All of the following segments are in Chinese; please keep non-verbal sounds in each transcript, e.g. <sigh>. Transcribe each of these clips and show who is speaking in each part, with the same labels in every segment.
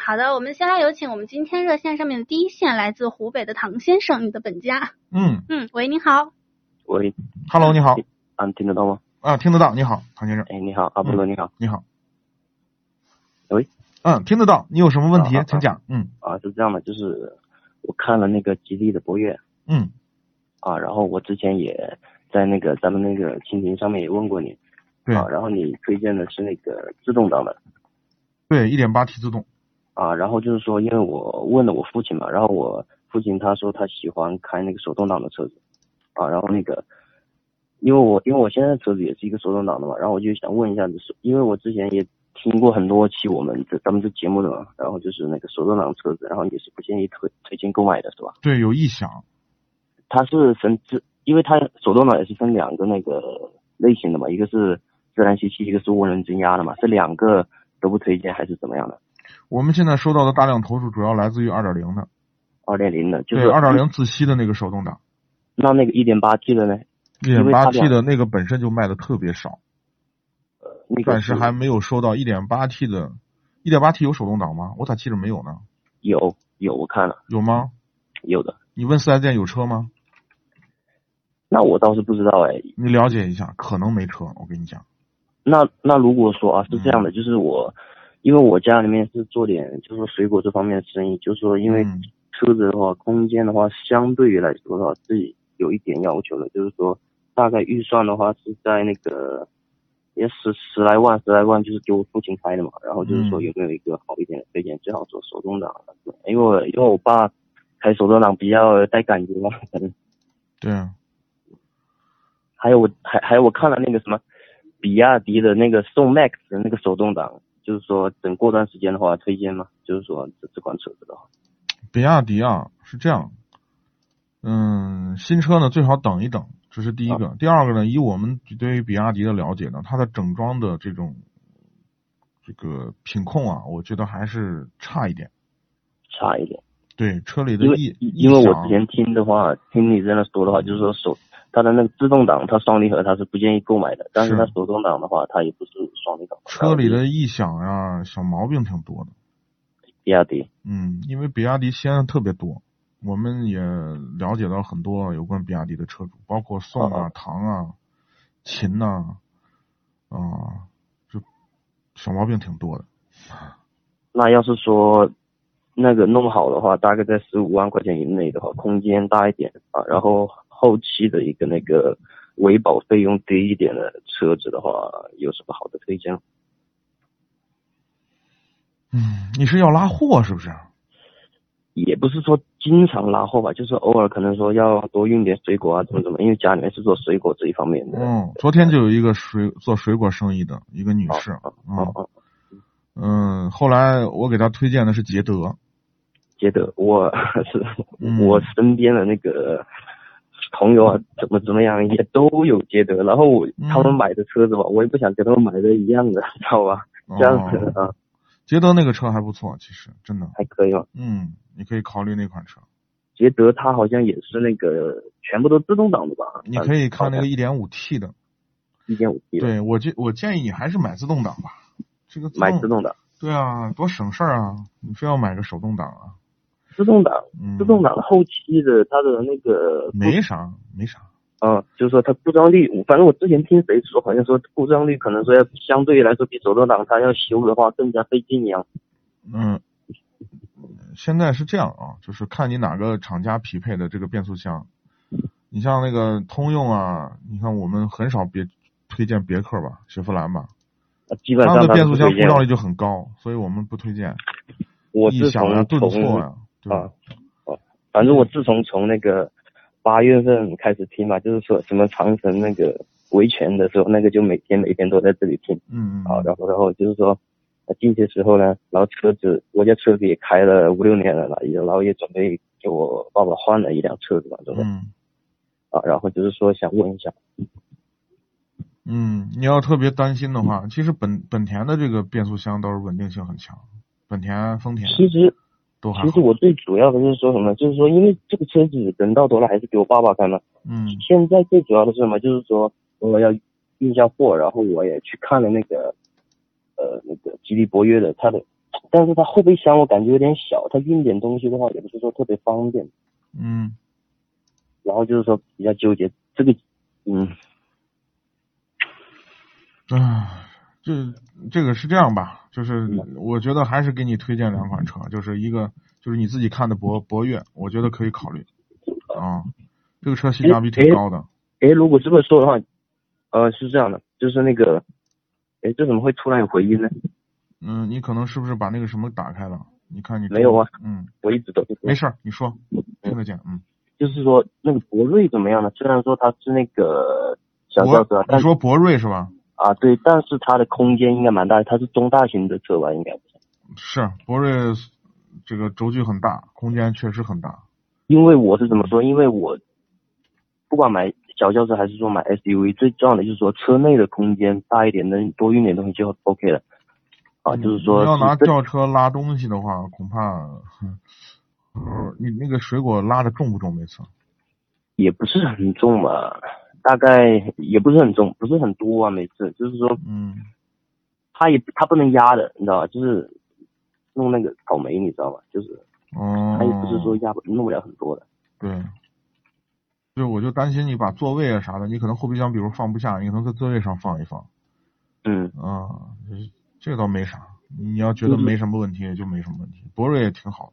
Speaker 1: 好的，我们先来有请我们今天热线上面的第一线来自湖北的唐先生，你的本家。
Speaker 2: 嗯
Speaker 1: 嗯，喂，您好。
Speaker 3: 喂，
Speaker 2: ，Hello，你好
Speaker 3: 啊，听得到吗？
Speaker 2: 啊，听得到，你好，唐先生，
Speaker 3: 哎，你好，阿波罗，你好，
Speaker 2: 你好。
Speaker 3: 喂，
Speaker 2: 嗯，听得到，你有什么问题
Speaker 3: 啊啊，啊
Speaker 2: 请讲。嗯
Speaker 3: 啊，是这样的，就是我看了那个吉利的博越
Speaker 2: 嗯
Speaker 3: 啊，然后我之前也在那个咱们那个蜻蜓上面也问过你，
Speaker 2: 对
Speaker 3: 啊，然后你推荐的是那个自动挡的
Speaker 2: 对，一点八 T 自动，
Speaker 3: 啊，然后就是说，因为我问了我父亲嘛，然后我父亲他说他喜欢开那个手动挡的车子啊，然后那个。因为我因为我现在的车子也是一个手动挡的嘛，然后我就想问一下，就是因为我之前也听过很多期我们这咱们这节目的嘛，然后就是那个手动挡车子，然后也是不建议推推荐购买的是吧？
Speaker 2: 对，有异响，
Speaker 3: 它是分自，因为它手动挡也是分两个那个类型的嘛，一个是自然吸气，一个是涡轮增压的嘛，这两个都不推荐还是怎么样的？
Speaker 2: 我们现在收到的大量投诉主要来自于二点零的，
Speaker 3: 二点零的，就
Speaker 2: 对，
Speaker 3: 是
Speaker 2: 二点。零自吸的那个手动挡，
Speaker 3: 那那个一点八 T 的呢？
Speaker 2: 一
Speaker 3: 因
Speaker 2: 点
Speaker 3: 为它
Speaker 2: 八
Speaker 3: 俩
Speaker 2: T 的那个本身就卖的特别少，
Speaker 3: 那个
Speaker 2: 暂时
Speaker 3: 是
Speaker 2: 还没有收到一点八 T 的，一点八 T 有手动挡吗？我咋记着没有呢？
Speaker 3: 有有，我看了
Speaker 2: 有吗？
Speaker 3: 有的。
Speaker 2: 你问四 S 店有车吗？
Speaker 3: 那我倒是不知道哎，
Speaker 2: 你了解一下，可能没车，我跟你讲，
Speaker 3: 那那如果说啊是
Speaker 2: 嗯
Speaker 3: 这样的，就是我，因为我家里面是做点就是说水果这方面的生意，就是说因为
Speaker 2: 嗯
Speaker 3: 车子的话，空间的话，相对于来说的话是有一点要求的，就是说大概预算的话是在那个也十十来万十来万，就是给我父亲开的嘛。然后就是说
Speaker 2: 嗯
Speaker 3: 有没有一个好一点的推荐，最好说手动挡，因为我因为我爸开手动挡比较带感觉嘛，可能
Speaker 2: 对，
Speaker 3: 还有我还还有我看了那个什么比亚迪的那个宋 MAX 的那个手动挡，就是说等过段时间的话推荐嘛，就是说这这款车子的话，
Speaker 2: 比亚迪啊是这样，嗯，新车呢最好等一等，这是第一
Speaker 3: 啊
Speaker 2: 个。第二个呢，以我们对于比亚迪的了解呢，它的整装的这种这个品控啊，我觉得还是差一点。
Speaker 3: 差一点。
Speaker 2: 对车里的
Speaker 3: 因为
Speaker 2: 异
Speaker 3: 因为
Speaker 2: 异
Speaker 3: 我
Speaker 2: 响
Speaker 3: 之前听的话，听你这样说的话，就是说手它的那个自动挡，它双离合它是不建议购买的，但是
Speaker 2: 是
Speaker 3: 它手动挡的话，它也不是双离合。
Speaker 2: 车里的异响呀、小毛病挺多的。
Speaker 3: 比亚迪，
Speaker 2: 嗯，因为比亚迪西安特别多，我们也了解到很多有关比亚迪的车主，包括宋啊、
Speaker 3: 哦
Speaker 2: 唐啊、秦呐、啊，就小毛病挺多的。
Speaker 3: 那要是说那个弄好的话，大概在十五万块钱以内的话，空间大一点啊，然后后期的一个那个维保费用低一点的车子的话，有什么好的推荐？
Speaker 2: 嗯，你是要拉货是不是？
Speaker 3: 也不是说经常拉货吧，就是偶尔可能说要多运点水果啊，怎么怎么，因为家里面是做水果这一方面的。
Speaker 2: 嗯，昨天就有一个水做水果生意的一个女
Speaker 3: 哦
Speaker 2: 士，
Speaker 3: 哦哦
Speaker 2: 嗯
Speaker 3: 哦，
Speaker 2: 嗯，后来我给她推荐的是捷德，
Speaker 3: 觉得我 <laughs> 是、
Speaker 2: 嗯
Speaker 3: 我身边的那个朋友啊，怎么怎么样也都有捷德，然后我
Speaker 2: 嗯
Speaker 3: 他们买的车子吧，我也不想跟他们买的一样的， <laughs> 知道吧？这样子
Speaker 2: 哦，
Speaker 3: 啊，
Speaker 2: 捷德那个车还不错，其实真的，
Speaker 3: 还可以嘛。
Speaker 2: 嗯，你可以考虑那款车，
Speaker 3: 捷德它好像也是那个全部都自动挡的吧？
Speaker 2: 你可以看那个一点五 T 的，
Speaker 3: 一点五 T 的，
Speaker 2: 对我建我建议你还是买自动挡吧，这个
Speaker 3: 买自动挡，
Speaker 2: 对啊，多省事儿啊！你非要买个手动挡啊？
Speaker 3: 自动挡，
Speaker 2: 嗯，
Speaker 3: 自动挡后期的它的那个故
Speaker 2: 没啥，没啥。
Speaker 3: 嗯，就是说它故障率，我反正我之前听谁说，好像说故障率可能说要相对来说比手动挡它要修的话更加费劲一样。
Speaker 2: 嗯，现在是这样啊，就是看你哪个厂家匹配的这个变速箱。你像那个通用啊，你看我们很少别推荐别克吧、雪佛兰吧，
Speaker 3: 啊基本
Speaker 2: 它
Speaker 3: 上
Speaker 2: 们的
Speaker 3: 它
Speaker 2: 变
Speaker 3: 是
Speaker 2: 速箱
Speaker 3: 不推
Speaker 2: 故
Speaker 3: 荐
Speaker 2: 障
Speaker 3: 的
Speaker 2: 率就很高，所以我们不推荐。
Speaker 3: 我
Speaker 2: 异
Speaker 3: 自
Speaker 2: 响啊、
Speaker 3: 从
Speaker 2: 顿挫嗯
Speaker 3: 从
Speaker 2: 呀、对吧？
Speaker 3: 啊反正我自从从那个八月份开始听嘛，就是说什么长城那个维权的时候，那个就每天每天都在这里听
Speaker 2: 嗯嗯，
Speaker 3: 啊，然后然后就是说。呃进去时候呢，然后车子我家车子也开了五六年了吧，也然后也准备给我爸爸换了一辆车子嘛，准备、
Speaker 2: 嗯
Speaker 3: 啊，然后就是说想问一下，
Speaker 2: 嗯，你要特别担心的话，其实本本田的这个变速箱倒是稳定性很强，本田、丰田
Speaker 3: 其实
Speaker 2: 都还
Speaker 3: 其实
Speaker 2: 好。
Speaker 3: 我最主要的就是说什么，就是说因为这个车子人到头来还是给我爸爸开嘛，
Speaker 2: 嗯
Speaker 3: 现在最主要的是什么？就是说我要呃运一下货，然后我也去看了那个呃那个吉利博越的它的但是它后备箱我感觉有点小，它运点东西的话也不是说特别方便，
Speaker 2: 嗯，
Speaker 3: 然后就是说比较纠结这个，嗯，
Speaker 2: 啊，这这个是这样吧，就是
Speaker 3: 嗯
Speaker 2: 我觉得还是给你推荐两款车，就是一个就是你自己看的博博越，我觉得可以考虑啊，这个车性价比挺高的，
Speaker 3: 诶，如果这么说的话，呃，是这样的，就是那个，诶，这怎么会突然有回音呢？
Speaker 2: 嗯，你可能是不是把那个什么打开了？你看你
Speaker 3: 没有啊？
Speaker 2: 嗯，
Speaker 3: 我一直都是
Speaker 2: 没事儿，你说，听得见，嗯，
Speaker 3: 就是说那个博瑞怎么样呢？虽然说它是那个小轿
Speaker 2: 博
Speaker 3: 车啊，，但
Speaker 2: 你
Speaker 3: 是
Speaker 2: 说博瑞是吧？
Speaker 3: 啊对，但是它的空间应该蛮大，它是中大型的车吧，应该不是。
Speaker 2: 是博瑞这个轴距很大，空间确实很大，
Speaker 3: 因为我是怎么说？因为我不管买小轿车还是说买 SUV，最重要的就是说车内的空间大一点，能多运点东西就 OK 了。啊，就是说
Speaker 2: 嗯你要拿
Speaker 3: 是
Speaker 2: 轿车拉东西的话，恐怕，哼呃你那个水果拉的重不重？每次
Speaker 3: 也不是很重嘛，大概也不是很重，不是很多啊。每次就是说
Speaker 2: 嗯，
Speaker 3: 它也它不能压的，你知道吧？就是弄那个草莓，你知道吧？就是
Speaker 2: 哦，
Speaker 3: 它也不是说压不弄不了很多的。
Speaker 2: 对，对，我就担心你把座位啊啥的，你可能后备箱比如放不下，你可能在座位上放一放，
Speaker 3: 嗯，
Speaker 2: 啊、这个倒没啥，你要觉得
Speaker 3: 嗯
Speaker 2: 没什么问题，也就没什么问题。博瑞也挺好的，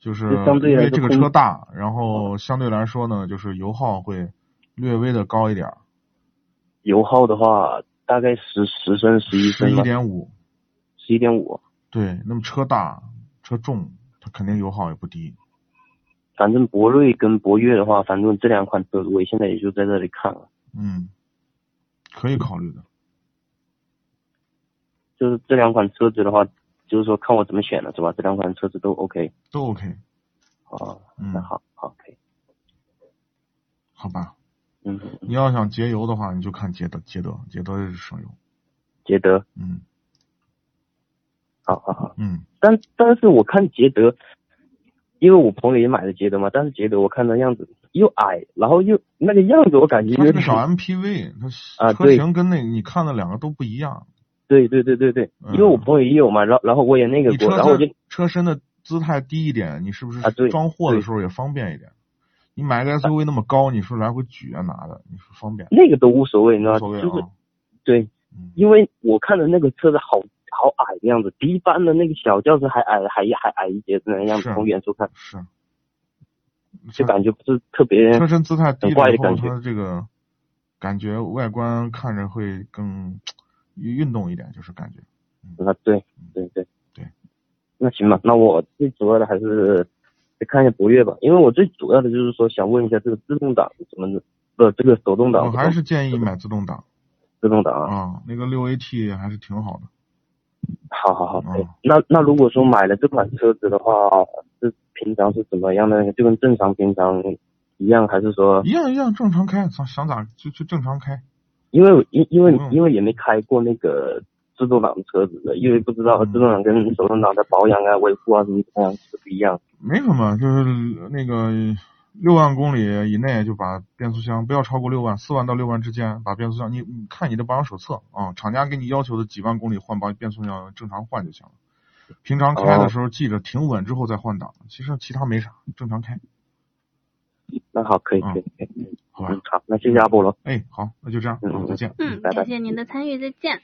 Speaker 2: 就是
Speaker 3: 就相对
Speaker 2: 因
Speaker 3: 来
Speaker 2: 为
Speaker 3: 说
Speaker 2: 这个
Speaker 3: 空
Speaker 2: 车大，然后相对来说呢，就是油耗会略微的高一点儿，
Speaker 3: 油耗的话大概十十升十一
Speaker 2: 十
Speaker 3: 升
Speaker 2: 一
Speaker 3: 吧，
Speaker 2: 点五，
Speaker 3: 十一点五，
Speaker 2: 对，那么车大车重，它肯定油耗也不低。
Speaker 3: 反正博瑞跟博越的话，反正这两款车我现在也就在这里看了，
Speaker 2: 嗯，可以考虑的。
Speaker 3: 就是这两款车子的话，就是说看我怎么选了，是吧？这两款车子都 OK
Speaker 2: 都 OK，
Speaker 3: 啊，
Speaker 2: 嗯
Speaker 3: 那好好可以，
Speaker 2: 好吧。
Speaker 3: 嗯，
Speaker 2: 你要想节油的话，你就看捷德，捷德，捷德省油。
Speaker 3: 捷德，
Speaker 2: 嗯
Speaker 3: 好好好，
Speaker 2: 嗯，
Speaker 3: 但但是我看捷德，因为我朋友也买的捷德嘛，但是捷德我看它样子又矮，然后又那个样子我感觉
Speaker 2: 它
Speaker 3: 有
Speaker 2: 是个
Speaker 3: 点
Speaker 2: 小，MPV，它
Speaker 3: 啊
Speaker 2: 车
Speaker 3: 对
Speaker 2: 型跟那你看的两个都不一样。
Speaker 3: 对对对对对，因为我朋友也有嘛，然后然后我也那个
Speaker 2: 嗯你
Speaker 3: 过，
Speaker 2: 车
Speaker 3: 然后我就
Speaker 2: 身车身的姿态低一点，你是不是
Speaker 3: 啊对
Speaker 2: 装货的
Speaker 3: 对啊
Speaker 2: 时候也方便一点？你买个 SUV 那么高，你说来回举啊拿的，你说方便，
Speaker 3: 那个都无所谓，你知道
Speaker 2: 无
Speaker 3: 吧，
Speaker 2: 所谓
Speaker 3: 就是
Speaker 2: 啊。
Speaker 3: 对，
Speaker 2: 嗯，
Speaker 3: 因为我看的那个车子好好矮的样子，比一般的那个小轿车还矮，还还矮一截子那样子。
Speaker 2: 是啊
Speaker 3: 从远处看，
Speaker 2: 是。
Speaker 3: 就
Speaker 2: 车
Speaker 3: 感觉不是特别
Speaker 2: 车身姿态低
Speaker 3: 很怪
Speaker 2: 了以后，
Speaker 3: 的感觉
Speaker 2: 它这个感觉外观看着会更运动一点，就是感觉。
Speaker 3: 啊，对对对
Speaker 2: 对。
Speaker 3: 那行吧，那我最主要的还是再看一下博越吧，因为我最主要的就是说想问一下这个自动挡怎么不这个手动挡，
Speaker 2: 我还是建议买自动挡
Speaker 3: 自动挡啊。
Speaker 2: 啊，那个六 AT 还是挺好的。
Speaker 3: 好好好，可以
Speaker 2: 嗯
Speaker 3: 那那如果说买了这款车子的话，啊是平常是怎么样的？就跟正常平常一样，还是说
Speaker 2: 一样一样，正常开，想想咋就就正常开。
Speaker 3: 因为因因为
Speaker 2: 嗯
Speaker 3: 因为也没开过那个自动挡的车子，因为不知道
Speaker 2: 嗯
Speaker 3: 自动挡跟手动挡的保养啊、维护啊什么这样是不一样。
Speaker 2: 没什么，就是那个六万公里以内就把变速箱不要超过六万，四万到六万之间把变速箱，你你看你的保养手册啊，厂家给你要求的几万公里换把变速箱正常换就行了。平常开
Speaker 3: 哦
Speaker 2: 的时候记着停稳之后再换挡，其实其他没啥，正常开，
Speaker 3: 那好，可以
Speaker 2: 嗯
Speaker 3: 可以可以，
Speaker 2: 好吧
Speaker 3: 嗯？好，那谢谢阿波罗。
Speaker 2: 哎，好，那就这样，
Speaker 3: 嗯
Speaker 2: 好，再见。
Speaker 1: 嗯，
Speaker 3: 拜拜
Speaker 1: 感谢您的参与，再见。